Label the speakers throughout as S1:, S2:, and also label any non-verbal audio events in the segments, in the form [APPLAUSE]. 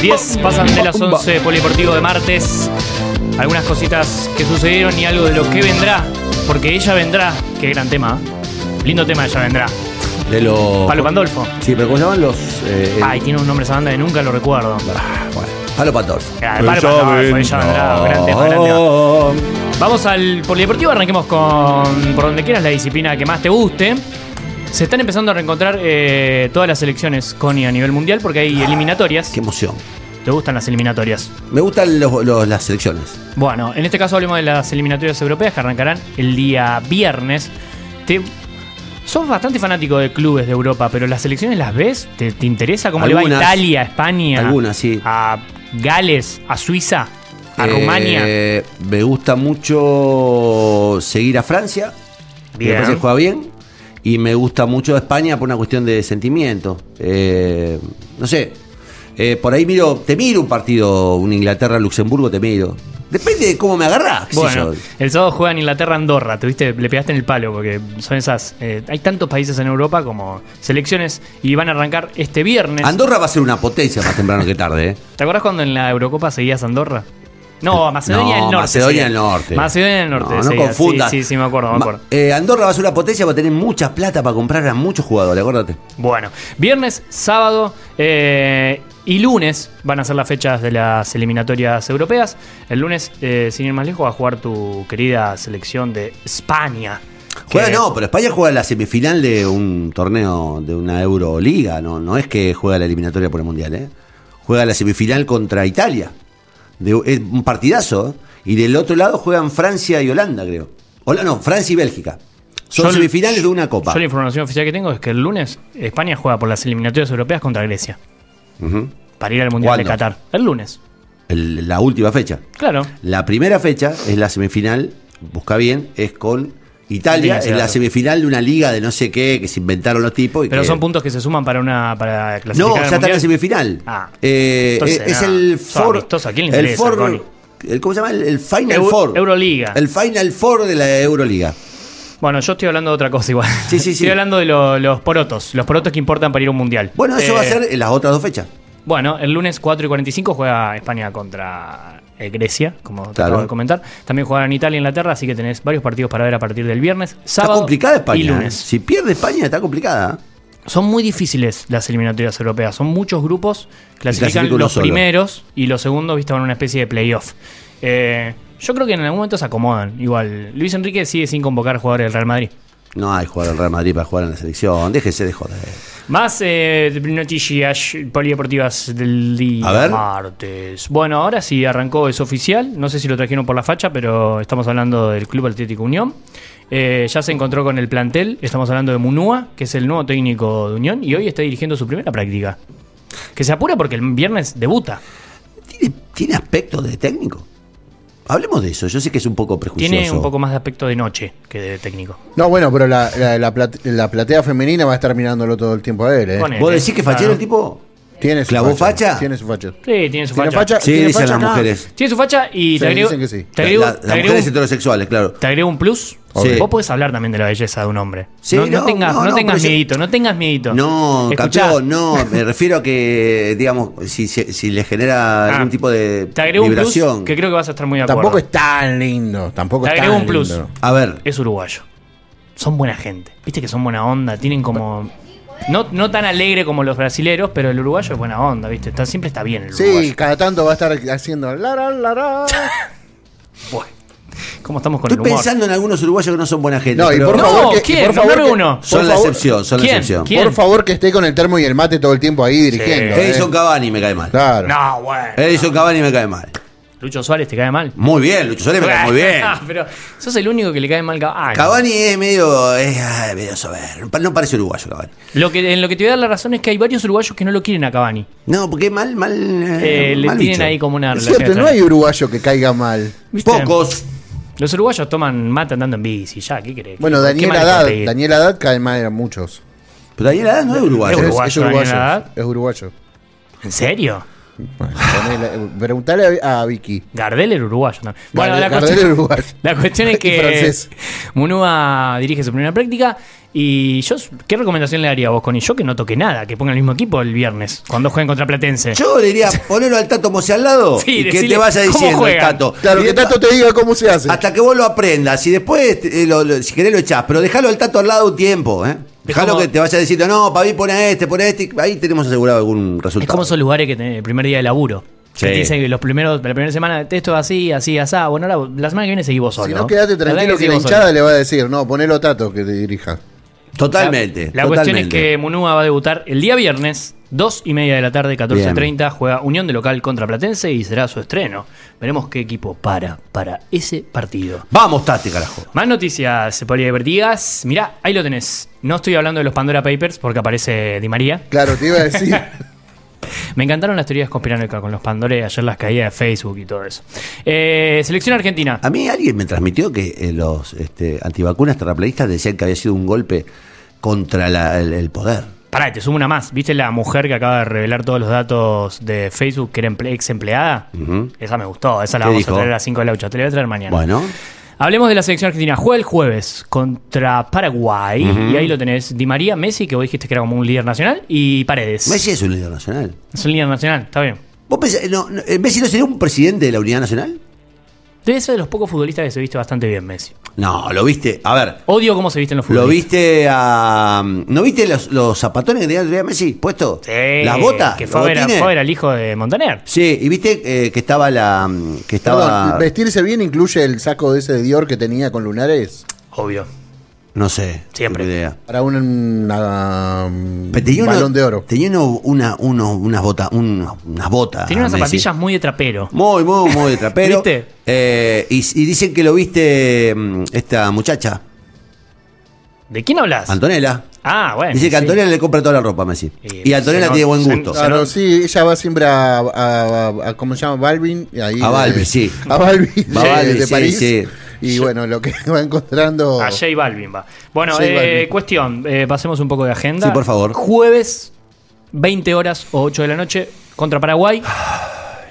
S1: 10 pasan de las 11 Polideportivo de martes. Algunas cositas que sucedieron y algo de lo que vendrá. Porque ella vendrá. Qué gran tema. ¿eh? Lindo tema ella vendrá.
S2: De los.
S1: Palo Ah. Pandolfo.
S2: Sí, pero ¿cómo se llaman los.? eh, el-
S1: Ay, tiene un nombre esa banda que nunca lo recuerdo.
S2: Ah, bueno. Palo Pandolfo.
S1: Ah, el Palo Pandolfo, ella vendrá. Gran tema, gran tema.
S2: Oh.
S1: Vamos al polideportivo, arranquemos con por donde quieras la disciplina que más te guste. Se están empezando a reencontrar eh, todas las selecciones, Connie, a nivel mundial, porque hay eliminatorias.
S2: Qué emoción.
S1: ¿Te gustan las eliminatorias?
S2: Me gustan los- los- las selecciones.
S1: Bueno, en este caso hablemos de las eliminatorias europeas que arrancarán el día viernes. Te... Sos bastante fanático de clubes de Europa, pero las selecciones las ves? ¿Te, te interesa cómo le va a
S2: Algunas.
S1: Italia, a España?
S2: Algunas, sí.
S1: ¿A Gales? ¿A Suiza? ¿A
S2: Eh,
S1: Rumania?
S2: Me gusta mucho seguir a Francia.
S1: Bien.
S2: Me parece que juega bien. Y me gusta mucho España por una cuestión de sentimiento. Eh, no sé. Eh, por ahí miro, te miro un partido, un Inglaterra-Luxemburgo, te miro. Depende de cómo me agarrás. qué sé
S1: Bueno,
S2: yo.
S1: el sábado juegan Inglaterra-Andorra, tuviste, le pegaste en el palo, porque son esas. eh, hay tantos países en Europa como selecciones y van a arrancar este viernes.
S2: Andorra va a ser una potencia más temprano que tarde. ¿eh?
S1: ¿Te acuerdas cuando en la Eurocopa seguías Andorra? No, [LAUGHS] Macedonia
S2: No,
S1: del Norte.
S2: Macedonia
S1: seguías.
S2: del Norte.
S1: Macedonia del Norte.
S2: No, no
S1: seguías.
S2: confundas.
S1: Sí, sí, sí, me acuerdo, me
S2: Ma-
S1: acuerdo.
S2: eh, Andorra va a ser una potencia, va a tener mucha plata para comprar a muchos jugadores, acuérdate.
S1: Bueno, viernes, sábado eh, y lunes van a ser las fechas de las eliminatorias europeas. El lunes, eh, sin ir más lejos, va a jugar tu querida selección de España.
S2: Juega
S1: Que-
S2: no, pero España juega la semifinal de un torneo, de una Euroliga, no, no es que juega la eliminatoria por el Mundial, ¿eh? Juega la semifinal contra Italia. De, es un partidazo, ¿eh? Y del otro lado juegan Francia y Holanda, creo. Hola, no, Francia y Bélgica. Son
S1: Yo-
S2: semifinales de una copa.
S1: Yo la información oficial que tengo es que el lunes España juega por las eliminatorias europeas contra Grecia.
S2: Ujú.
S1: Para ir al Mundial de
S2: ¿Cuándo?
S1: Qatar. El lunes.
S2: El- la última fecha.
S1: Claro.
S2: La primera fecha es la semifinal, busca bien, es con
S1: Tiene
S2: Italia,
S1: que
S2: es
S1: ser
S2: la
S1: algo.
S2: semifinal de una liga de no sé qué que se inventaron los tipos. y
S1: Pero
S2: que-
S1: son puntos que se suman para una para
S2: Eh, No,
S1: clasificar al
S2: ya está en la
S1: Mundial.
S2: semifinal.
S1: Ah.
S2: Eh,
S1: Entonces,
S2: es
S1: nada,
S2: el
S1: son
S2: for,
S1: amistosos, ¿a quién le
S2: el
S1: interesa,
S2: for-
S1: Ronnie?
S2: el- ¿Cómo se llama? El, el Final
S1: Eu-
S2: Four.
S1: Euroliga.
S2: El Final Four de la Euroliga.
S1: Bueno, yo estoy hablando de otra cosa igual.
S2: Sí,
S1: [LAUGHS]
S2: sí, sí.
S1: Estoy hablando de lo- los porotos. Los porotos que importan para ir a un Mundial.
S2: Bueno, eso
S1: Eh,
S2: va a ser en las otras dos fechas.
S1: Bueno, el lunes 4 y 45 juega España contra eh, Grecia, como te
S2: Claro.
S1: acabo de comentar. También juegan Italia e Inglaterra, así que tenés varios partidos para ver a partir del viernes, sábado
S2: está complicada España.
S1: y
S2: ¿eh?
S1: lunes.
S2: Si pierde España, está complicada. ¿eh?
S1: Son muy difíciles las eliminatorias europeas. Son muchos grupos, clasifican
S2: clasifica uno
S1: los
S2: solo.
S1: primeros y los segundos, viste, van a una especie de playoff. Eh, yo creo que en algún momento se acomodan. Igual, Luis Enrique sigue sin convocar jugadores del Real Madrid.
S2: No hay jugador del Real Madrid para jugar en la selección. Déjese de joder.
S1: Más eh, noticias polideportivas del día
S2: A ver.
S1: martes. Bueno, ahora sí arrancó, es oficial. No sé si lo trajeron por la facha, pero estamos hablando del Club Atlético Unión. Eh, ya se encontró con el plantel. Estamos hablando de Munúa, que es el nuevo técnico de Unión, y hoy está dirigiendo su primera práctica. Que se apura porque el viernes debuta.
S2: ¿Tiene, tiene aspecto de técnico? Hablemos de eso. Yo sé que es un poco prejuicioso.
S1: Tiene un poco más de aspecto de noche que de técnico.
S3: No, bueno, pero la, la- la plat- la platea femenina va a estar mirándolo todo el tiempo a él, ¿eh?
S1: Pone-
S2: ¿Vos decís que fachero
S1: Claro.
S2: el tipo?
S3: ¿Tiene su
S2: ¿Clavó facha?
S3: Tiene su facha.
S1: Sí, tiene su
S3: ¿Tiene
S1: facha.
S3: facha?
S2: Sí,
S3: ¿Tiene
S2: dicen
S3: facha
S2: las
S3: acá?
S2: mujeres.
S1: Tiene su facha y
S3: Sí,
S1: te agrego.
S3: dicen que sí.
S1: Te agrego,
S2: La-
S1: te
S2: las
S1: agrego
S2: mujeres
S1: un-
S2: heterosexuales, claro.
S1: ¿Te agrego un plus?
S2: Sí.
S1: Vos podés hablar también de la belleza de un hombre.
S2: Sí,
S1: no, no
S2: no,
S1: tengas, no,
S2: no, no,
S1: tengas
S2: pero yo-
S1: miedito, no tengas miedito.
S2: No,
S1: Escuchá,
S2: campeón, no. Me refiero a que, digamos, si, si, si le genera
S1: Ah,
S2: algún tipo de
S1: Te agrego un plus
S2: vibración.
S1: que creo que vas a estar muy de acuerdo.
S3: Tampoco es tan lindo. Tampoco
S1: Te
S3: es
S1: agrego
S3: tan
S1: un plus.
S3: lindo.
S2: A ver,
S1: Es uruguayo. Son buena gente. Viste que son buena onda, tienen como... No, no tan alegre como los brasileros, pero el uruguayo es buena onda, ¿viste? Está, siempre está bien el
S3: Sí,
S1: uruguayo.
S3: cada tanto va a estar haciendo la, la,
S2: [LAUGHS]
S3: la, la.
S1: Bueno, ¿Cómo estamos con
S2: estoy
S1: el humor?
S2: pensando en algunos uruguayos que no son buena gente.
S3: No, y
S2: pero
S3: por
S1: No,
S3: favor, que-
S1: ¿quién?
S3: por favor,
S1: Nombrame
S3: que-
S1: uno.
S2: son
S3: por
S2: la
S3: favor-
S2: excepción, son
S1: ¿Quién?
S2: la excepción.
S1: ¿Quién?
S3: Por favor, que esté con el termo y el mate todo el tiempo ahí dirigiendo. ¿eh?
S2: Edison Cavani me cae mal.
S3: Claro.
S1: No, bueno.
S2: Edison Cavani me cae mal.
S1: Lucho Suárez te cae mal.
S2: Muy bien, Lucho Suárez me cae muy bien.
S1: [LAUGHS] pero sos el único que le cae mal Cavani.
S2: Cavani es medio, es, ay, medio soberbio. Pa- No parece uruguayo Cavani.
S1: Lo que, en lo que te voy a dar la razón es que hay varios uruguayos que no lo quieren a Cavani.
S2: No, porque mal, mal, eh,
S1: Eh, le
S2: mal
S1: tienen
S2: bicho.
S1: ahí como una
S3: Es
S1: relación.
S3: cierto, no
S1: extraña.
S3: hay uruguayo que caiga mal.
S1: ¿Viste?
S2: Pocos.
S1: Los uruguayos toman mate andando en bici, ya, ¿qué querés?
S3: Bueno,
S1: ¿Qué
S3: Daniel
S1: más le
S3: Haddad.
S1: podés pedir?
S3: Daniel Haddad cae mal a muchos.
S2: Pero Daniel Adán no es uruguayo.
S1: uruguayo, Daniel Haddad.
S3: Es uruguayo.
S1: ¿En serio?
S3: Bueno, ponele- eh, preguntale a, a Vicky.
S1: Gardel era uruguayo también. Bueno,
S3: Gardel-
S1: la
S3: Gardel
S1: cuestión,
S3: es uruguayo.
S1: [LAUGHS] la cuestión es
S3: [LAUGHS] Y
S1: que
S3: francés.
S1: Munúa dirige su primera práctica. Y yo, ¿qué recomendación le daría a vos, Connie? Yo que no toque nada, que ponga el mismo equipo el viernes, cuando jueguen contra Platense.
S2: Yo le
S1: [LAUGHS]
S2: diría, ponerlo al Tato Mose al lado
S1: Sí,
S2: y que
S1: decirle
S2: te vaya
S1: cómo
S2: diciendo el
S1: juegan.
S2: Tato.
S3: Claro,
S2: Y
S3: que
S2: hasta-
S3: Tato te diga cómo se hace.
S2: Hasta que vos lo aprendas. Y después, eh, lo- lo- si querés, lo echás. Pero dejalo al Tato al lado un tiempo. ¿eh? Dejalo
S1: como-
S2: que te vaya diciendo, no, Pavi, pone a este, pone a este. Ahí tenemos asegurado algún
S1: Es
S2: resultado.
S1: como esos lugares que tenés el primer día de laburo.
S2: Sí.
S1: Que te dicen que los primeros, la primera semana de esto así, así, asá. Bueno, ahora la semana que viene seguís vos solo.
S3: si no, quedate
S1: La verdad
S3: tranquilo que
S1: seguís
S3: la
S1: vos
S3: hinchada
S1: solo.
S3: le va a decir, no, ponelo a Tato que te dirija.
S2: Totalmente.
S1: La cuestión es
S2: totalmente.
S1: que Munúa va a debutar el día viernes, 2 y media de la tarde, 14.30. Juega Unión de Local contra Platense y será su estreno. Veremos qué equipo para para ese partido.
S2: Vamos, Tate, carajo.
S1: Más noticias por ahí divertidas. Mirá, ahí lo tenés. No estoy hablando de los Pandora Papers porque aparece Di María.
S3: Claro, te iba
S2: [LAUGHS]
S3: a decir.
S1: Me encantaron las teorías conspiranoicas con los Pandores. Ayer las caía de Facebook y todo eso. Eh, selección Argentina.
S2: A mí alguien me transmitió que eh, los este, antivacunas terraplenistas decían que había sido un golpe contra la- el, el poder.
S1: Pará, te sumo una más. ¿Viste la mujer que acaba de revelar todos los datos de Facebook que era emple- ex empleada?
S2: Ujú.
S1: Esa me gustó. Esa la
S2: ¿Qué
S1: vamos
S2: dijo?
S1: a traer a las 5 de la 8. Te la voy a traer mañana.
S2: Bueno,
S1: Hablemos de la selección argentina. Juega el jueves contra Paraguay. Y ahí lo tenés. Di María, Messi, que vos dijiste que era como un líder nacional. Y Paredes.
S2: Messi es un líder nacional.
S1: Es un líder nacional, está bien.
S2: ¿Vos pensás- no, no, eh, ¿Messi no sería un presidente de la unidad nacional?
S1: Debe ser de los pocos futbolistas que se viste bastante bien, Messi.
S2: No, lo viste. A ver,
S1: Odio cómo se visten los
S2: lo
S1: futbolistas.
S2: viste a. mm, ¿No viste los, los zapatones que tenía el otro día Messi puesto?
S1: Sí,
S2: Las botas.
S1: Que
S2: los
S1: fue a ver a-
S2: botines.
S1: fue a ver al hijo de Montaner.
S2: Sí, y viste eh, que estaba la. mm, Que estaba.
S3: Perdón, vestirse bien incluye el saco ese de Dior que tenía con lunares.
S1: Obvio.
S2: no sé.
S1: Siempre.
S2: tengo idea.
S3: Para un una, um,
S2: Pero tenía uno-
S3: balón de oro.
S2: Tenía uno- una, uno- unas botas. un- unas botas.
S1: Tiene unas
S2: Ah, Messi.
S1: zapatillas muy de trapero.
S2: Muy, muy,
S1: [LAUGHS]
S2: muy de trapero.
S1: ¿Viste?
S2: Eh, y, y dicen que lo viste mm, esta muchacha,
S1: ¿De quién hablas?
S2: Antonella.
S1: ah, bueno.
S2: Dice que
S1: sí.
S2: Antonella le compra toda la ropa a Messi.
S1: Y
S2: Y Antonella
S1: se
S2: tiene buen
S1: nota-
S2: gusto.
S1: se nota-
S3: Claro, sí, ella va siempre a, a- a- a- ¿cómo se llama? Balvin. Ahí
S2: A
S3: de-
S2: Balvin, sí.
S3: [LAUGHS] A Balvin,
S2: Va a
S3: de-
S2: Balvin,
S3: de
S2: sí,
S3: París.
S2: sí.
S3: Y bueno, lo que [LAUGHS] va encontrando...
S1: A J Balvin va. Bueno,
S3: J
S1: eh,
S3: Balvin.
S1: cuestión, eh, pasemos un poco de agenda.
S2: Sí, por favor.
S1: Jueves, 20 horas o 8 de la noche, contra Paraguay.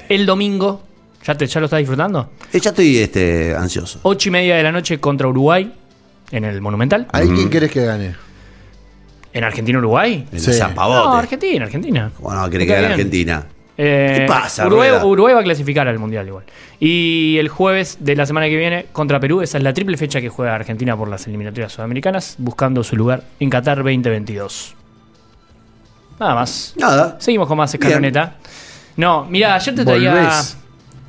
S1: El domingo, ¿ya, te, ya lo estás disfrutando?
S2: Eh, ya estoy este, ansioso.
S1: 8 y media de la noche contra Uruguay, en el Monumental.
S3: ¿Ahí
S2: Mm.
S3: quién querés que gane?
S1: ¿En Argentina-Uruguay?
S2: El
S3: Sí.
S2: zapabote.
S1: No, Argentina, Argentina.
S2: Bueno, quiere
S1: Está
S2: que gane
S1: bien.
S2: Argentina.
S1: Eh,
S2: ¿Qué pasa,
S1: Uruguay,
S2: Rueda?
S1: Uruguay va a clasificar al Mundial igual. Y el jueves de la semana que viene contra Perú, esa es la triple fecha que juega Argentina por las eliminatorias sudamericanas, buscando su lugar en Qatar 2022. Nada más.
S2: Nada.
S1: Seguimos con más escaloneta. No, mira, ayer te traía...
S3: Volvés.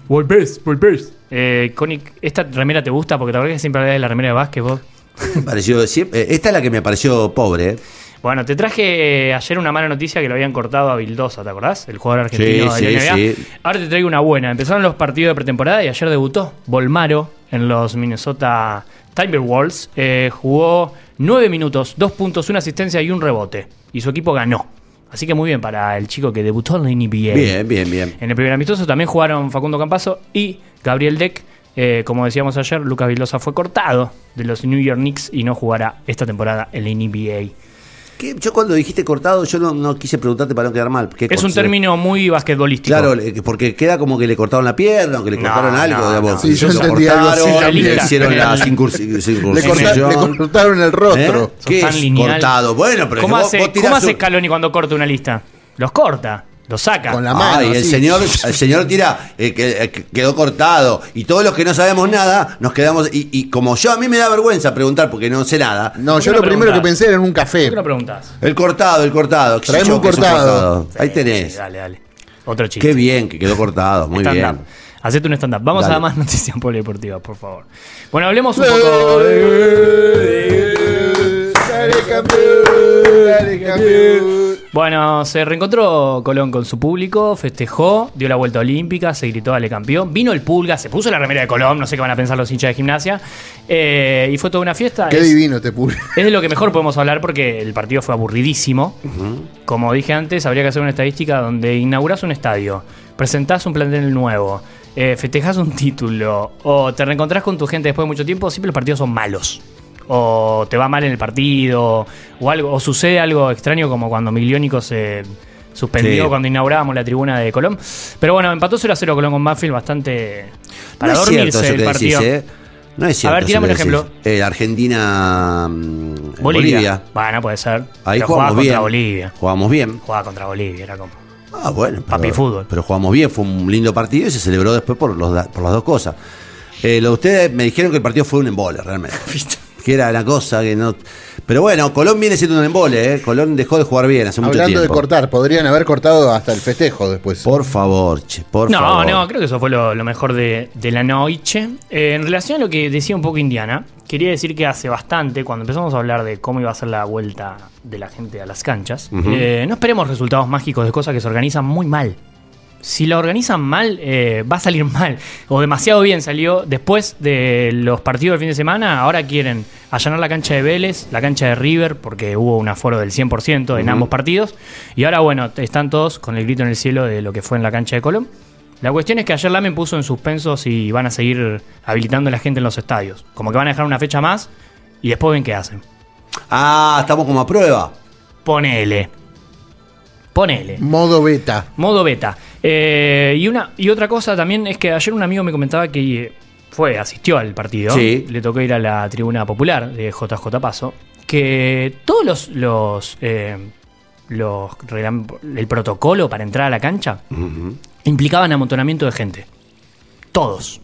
S1: Volvés, volvés. Eh, Connie, ¿esta remera te gusta? Porque la verdad que siempre hablas de la remera de básquet vos.
S2: Me pareció siempre- eh, esta es la que me pareció pobre. eh.
S1: Bueno, te traje eh, ayer una mala noticia que lo habían cortado a Vildosa, ¿te acordás? El jugador argentino
S2: Sí,
S1: de la
S2: sí,
S1: NBA.
S2: sí.
S1: Ahora te traigo una buena. Empezaron los partidos de pretemporada y ayer debutó Volmaro en los Minnesota Timberwolves. Eh, jugó nueve minutos, dos puntos, una asistencia y un rebote. Y su equipo ganó. Así que muy bien para el chico que debutó en la NBA.
S2: Bien, bien, bien.
S1: En el primer amistoso también jugaron Facundo Campazo y Gabriel Deck. Eh, como decíamos ayer, Lucas Vildosa fue cortado de los New York Knicks y no jugará esta temporada en la NBA.
S2: ¿Qué? Yo cuando dijiste cortado, yo no, no quise preguntarte para no quedar mal. ¿Qué
S1: Es
S2: corte?
S1: un término muy basquetbolístico.
S2: Claro, eh, porque queda como que le cortaron la pierna o que le
S1: No,
S2: cortaron algo.
S1: no,
S2: digamos.
S1: no.
S3: Sí, yo
S2: Lo
S3: entendí algo así
S2: cortaron,
S1: también.
S2: le hicieron
S1: [LAUGHS]
S2: la circunci-
S3: Le, corta-
S2: circuncisión.
S3: le cortaron el rostro.
S1: Sos
S2: ¿Qué
S1: tan
S2: es
S1: lineal.
S2: cortado? Bueno, pero
S1: ¿Cómo
S2: vos-
S1: hace,
S2: vos
S1: cómo
S2: tirás
S1: hace
S2: un-
S1: Scaloni cuando corta una lista? Los corta, los saca.
S3: Con la-
S2: Ay,
S3: mano,
S2: el
S3: sí.
S2: señor, el señor tira, eh, que, eh, que quedó cortado. Y todos los que no sabemos nada, nos quedamos. Y, y como yo a mí me da vergüenza preguntar porque no sé nada.
S3: No,
S1: ¿Por qué
S3: yo
S1: no
S3: lo primero que
S1: preguntás?
S3: pensé era en un
S1: ¿Por
S3: café.
S1: qué no preguntas?
S2: El cortado, el cortado. qué sé
S3: Traeme
S2: yo,
S3: un
S2: que es
S3: cortado.
S2: Ahí
S1: Sí,
S2: tenés.
S1: dale, dale. Otro chiste.
S2: Qué bien que quedó cortado, muy bien.
S1: Stand-up. Hacete un stand-up. Vamos
S2: Dale.
S1: a más [LAUGHS] noticias polideportivas, por favor. Bueno, hablemos un poco de-
S3: Dale, campeón, dale, campeón.
S1: Bueno, se reencontró Colón con su público, festejó, dio la vuelta olímpica, se gritó dale campeón, vino el Pulga, se puso la remera de Colón, no sé qué van a pensar los hinchas de gimnasia, eh, y fue toda una fiesta.
S3: Qué
S1: Es-
S3: divino este público.
S1: Es de lo que mejor podemos hablar porque el partido fue aburridísimo. Como dije antes, habría que hacer una estadística donde inaugurás un estadio, presentás un plantel nuevo, eh, festejás un título o te reencontrás con tu gente después de mucho tiempo, siempre los partidos son malos. O te va mal en el partido, o algo, o sucede algo extraño como cuando Miliónico se Suspendió
S2: Sí.
S1: cuando inaugurábamos la tribuna de Colón. Pero bueno, empató 0 a 0 Colón con Banfield, bastante para
S2: no es
S1: dormirse
S2: cierto eso
S1: el
S2: que decís,
S1: partido.
S2: ¿eh? No es cierto.
S1: ver,
S2: eso
S1: tirame
S2: que
S1: un
S2: decís.
S1: ejemplo.
S2: Eh, Argentina. mm, Bolivia.
S1: Bolivia. Bueno, puede ser.
S2: Ahí jugamos
S1: Pero jugaba
S2: bien.
S1: contra Bolivia.
S2: Jugamos bien.
S1: Jugaba contra Bolivia, era como.
S2: Ah, bueno. pero-
S1: Papi fútbol.
S2: Pero jugamos bien, fue un lindo partido y se celebró después por, los da- por las dos cosas. Eh, lo de ustedes me dijeron que el partido fue un embole,
S1: [LAUGHS]
S2: realmente. que era una cosa que no. Pero bueno, Colón viene siendo un embole, ¿eh? Colón dejó de jugar bien hace mucho
S3: Hablando
S2: tiempo.
S3: de cortar, podrían haber cortado hasta el festejo después.
S2: Por favor, che, por
S1: no,
S2: favor.
S1: no, creo que eso fue lo, lo mejor de, de la noche. Eh, en relación a lo que decía un poco Indiana, quería decir que hace bastante, cuando empezamos a hablar de cómo iba a ser la vuelta de la gente a las canchas,
S2: Ujú.
S1: eh, no esperemos resultados mágicos de cosas que se organizan muy mal. Si la organizan mal, eh, va a salir [LAUGHS] mal. O demasiado bien salió después de los partidos del fin de semana. Ahora quieren allanar la cancha de Vélez, la cancha de River, porque hubo un aforo del 100% en
S2: Ujú.
S1: ambos partidos. Y ahora, bueno, están todos con el grito en el cielo de lo que fue en la cancha de Colón. La cuestión es que ayer Lamen puso en suspenso si van a seguir habilitando a la gente en los estadios. Como que van a dejar una fecha más y después ven qué hacen.
S2: Ah, estamos como a prueba.
S1: Ponele. Ponele.
S3: Modo beta.
S1: Modo beta. Eh, y, una, y otra cosa también es que ayer un amigo me comentaba que eh, fue, asistió al partido.
S2: Sí.
S1: Le tocó ir a la tribuna popular de JJ Paso. Que todos los. los, eh, los relam- el protocolo para entrar a la cancha implicaban amontonamiento de gente. Todos.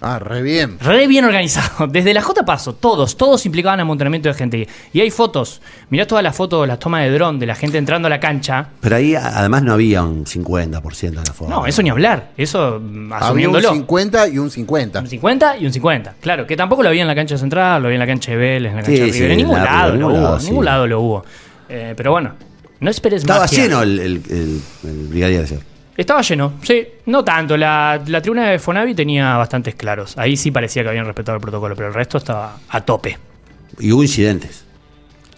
S3: Ah, re bien.
S1: Re bien organizado. [LAUGHS] Desde la J Paso, todos, todos implicaban amontonamiento de gente. Y hay fotos. Mirá todas las fotos, las tomas de dron de la gente entrando a la cancha.
S2: Pero ahí a- además no había un 50% de la forma.
S1: No, eso ni hablar. Eso mm,
S3: Había un
S1: asumiéndolo.
S3: 50 y un 50.
S1: Un 50 y un 50. Claro, que tampoco lo había en la cancha central, lo había en la cancha de Vélez, en la
S2: Sí,
S1: cancha de
S2: sí,
S1: River. En
S2: en
S1: ningún
S2: la-
S1: lado,
S2: en
S1: lo
S2: ningún
S1: hubo.
S2: lado,
S1: En
S2: sí.
S1: ningún lado lo hubo. Eh, pero bueno, no esperes
S2: Estaba
S1: magia.
S2: lleno el, el, el, el brigadier. ese.
S1: Estaba lleno, sí. No tanto. La, la tribuna de Fonavi tenía bastantes claros. Ahí sí parecía que habían respetado el protocolo, pero el resto estaba a tope.
S2: Y hubo incidentes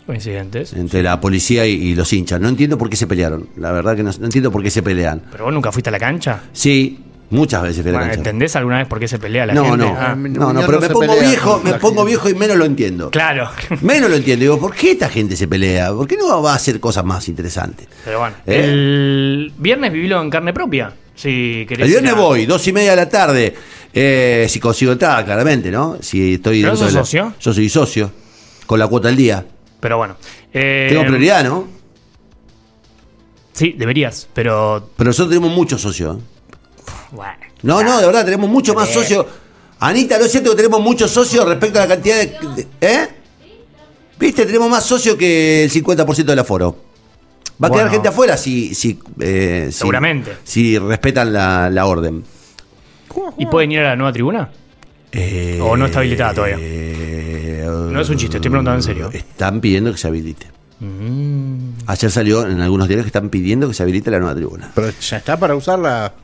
S1: Coincidentes.
S2: entre la policía y, y los hinchas. No entiendo por qué se pelearon. La verdad que no, no entiendo por qué se pelean.
S1: Pero vos nunca fuiste a la cancha.
S2: Sí, muchas veces fui a la
S1: Bueno,
S2: cancha.
S1: ¿Entendés alguna vez por qué se pelea la
S2: no,
S1: gente?
S2: no,
S1: Ah,
S2: no, no,
S3: Unión
S2: pero
S3: no
S2: me
S3: se
S2: pongo
S3: pelea
S2: viejo,
S3: con
S2: me
S3: la
S2: pongo
S3: gente.
S2: viejo y menos lo entiendo.
S1: claro. [LAUGHS]
S2: Menos lo entiendo. Digo, ¿por qué esta gente se pelea? ¿Por qué no va a hacer cosas más interesantes?
S1: Pero bueno.
S2: Eh.
S1: El viernes vivilo en carne propia. Si querés.
S2: El viernes
S1: ir a-
S2: voy, dos y media de la tarde. Eh, si consigo entrar, claramente, ¿no? Si estoy
S1: ¿Pero
S2: dentro
S1: sos
S2: de la-
S1: socio?
S2: Yo soy socio, con la cuota al día.
S1: Pero bueno. Eh,
S2: Tengo prioridad, ¿no?
S1: Sí, deberías, pero.
S2: Pero nosotros tenemos muchos socios. ¿eh?
S1: Bueno.
S2: No, no, de verdad, tenemos mucho más socios. Anita, ¿no es cierto que tenemos muchos socios respecto a la cantidad de. de- ¿Eh? ¿Viste? Tenemos más socios que el 50% del aforo. Va a
S1: Bueno.
S2: quedar gente afuera si. si eh, si-
S1: Seguramente.
S2: Si respetan la, la orden.
S1: ¿Y pueden ir a la nueva tribuna?
S2: Eh,
S1: O no está habilitada todavía.
S2: eh,
S1: No es un chiste, estoy preguntando en serio. Mm.
S2: Están pidiendo que se habilite. Ayer salió en algunos diarios que están pidiendo que se habilite la nueva tribuna.
S3: Pero ya está para usarla.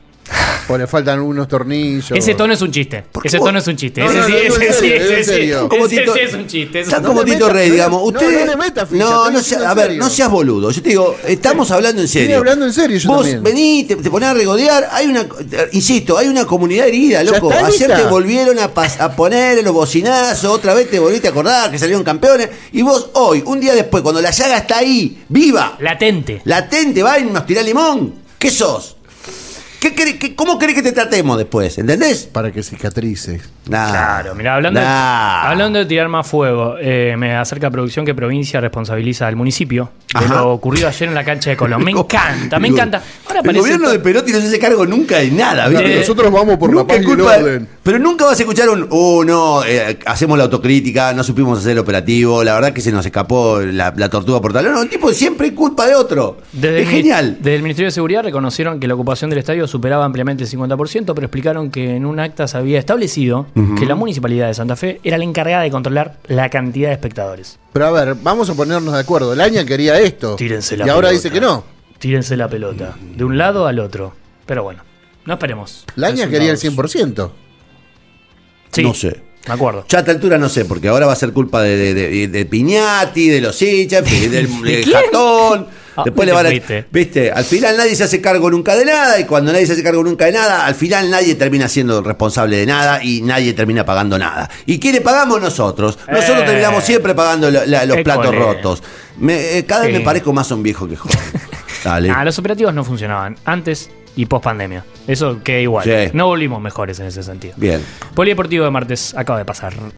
S3: O le faltan unos tornillos.
S1: Ese tono es un chiste.
S2: ¿Por qué
S1: Ese
S2: vos-
S1: tono es un chiste.
S3: No,
S1: Ese
S3: no,
S1: sí,
S3: no, digo en
S1: ese sí,
S3: serio, digo en
S1: ese sí.
S3: serio.
S2: Como
S1: Ese
S2: Tito-
S1: sí es un chiste. ese
S2: Está
S1: es
S2: como
S1: un-
S3: No le
S2: Tito
S3: metas-
S2: Rey,
S3: no,
S2: digamos.
S3: no,
S2: Usted-
S3: no le metas ficha,
S2: No,
S3: estoy
S2: no
S3: diciendo
S2: sea- a
S3: en
S2: ver,
S3: serio.
S2: no seas boludo. Yo te digo, estamos hablando en serio.
S3: hablando en serio yo
S2: Vos
S3: también.
S2: vení, te, te ponés a regodear. Hay una, eh, insisto, hay una comunidad herida,
S3: Ya
S2: loco.
S3: está
S2: Ayer
S3: lista.
S2: te volvieron a, pas- a poner los bocinazos, otra vez te volviste a acordar que salieron campeones. Y vos hoy, un día después, cuando la llaga está ahí, viva,
S1: Latente.
S2: latente, va y nos tirá limón. ¿Qué sos? ¿Qué querés- qué- ¿Cómo querés que te tratemos después? ¿Entendés?
S3: Para que cicatrices.
S2: Nah.
S1: Claro, mira, hablando,
S2: Nah.
S1: de, hablando de tirar más fuego, eh, me acerca producción que provincia responsabiliza al municipio de
S2: Ajá.
S1: lo ocurrido ayer en la cancha de Colón. Me encanta,
S2: [LAUGHS]
S1: me
S2: Digo,
S1: encanta. Ahora
S2: el
S1: parece
S2: gobierno de Perotti no se hace cargo nunca de nada, ¿viste?
S1: Eh,
S3: Nosotros vamos por la
S2: Nunca
S3: paz y el
S2: culpa-
S3: orden.
S2: Pero nunca vas a escuchar un, oh, no, eh, hacemos la autocrítica, no supimos hacer el operativo, la verdad que se nos escapó la, la tortuga por tal. No, el tipo siempre es culpa de otro.
S1: Desde
S2: es
S1: el mi-
S2: genial.
S1: Desde el Ministerio de Seguridad reconocieron que la ocupación del estadio superaba ampliamente el 50%, pero explicaron que en un acta se había establecido que la Municipalidad de Santa Fe era la encargada de controlar la cantidad de espectadores.
S3: Pero a ver, vamos a ponernos de acuerdo. Laña quería esto.
S1: Tírense la
S3: Y ahora
S1: pelota.
S3: dice que no.
S1: Tírense la pelota, de un lado al otro. Pero bueno, no esperemos.
S3: Laña quería el
S1: Resultados.
S3: 100%.
S1: Sí,
S2: No sé.
S1: me acuerdo.
S2: Ya a esta altura no sé, porque ahora va a ser culpa de, de, de- de Piñati, de los hinchas, de- del de
S1: quién?
S2: Jatón.
S1: Ah,
S2: Después
S1: te
S2: le van a.
S1: fuiste.
S2: Viste, al final nadie se hace cargo nunca de nada, y cuando nadie se hace cargo nunca de nada, al final nadie termina siendo responsable de nada y nadie termina pagando nada. ¿Y quiénes pagamos nosotros? Nosotros
S1: Eh.
S2: terminamos siempre pagando lo- la- los
S1: École.
S2: platos rotos. Me- eh, cada vez
S1: Sí. [LAUGHS]
S2: me parezco más a un viejo que joven. Dale.
S1: Nah, Ah, los operativos no funcionaban antes y post pandemia. Eso queda igual.
S2: Sí.
S1: No volvimos mejores en ese sentido.
S2: Bien.
S1: Polideportivo de martes acaba de pasar.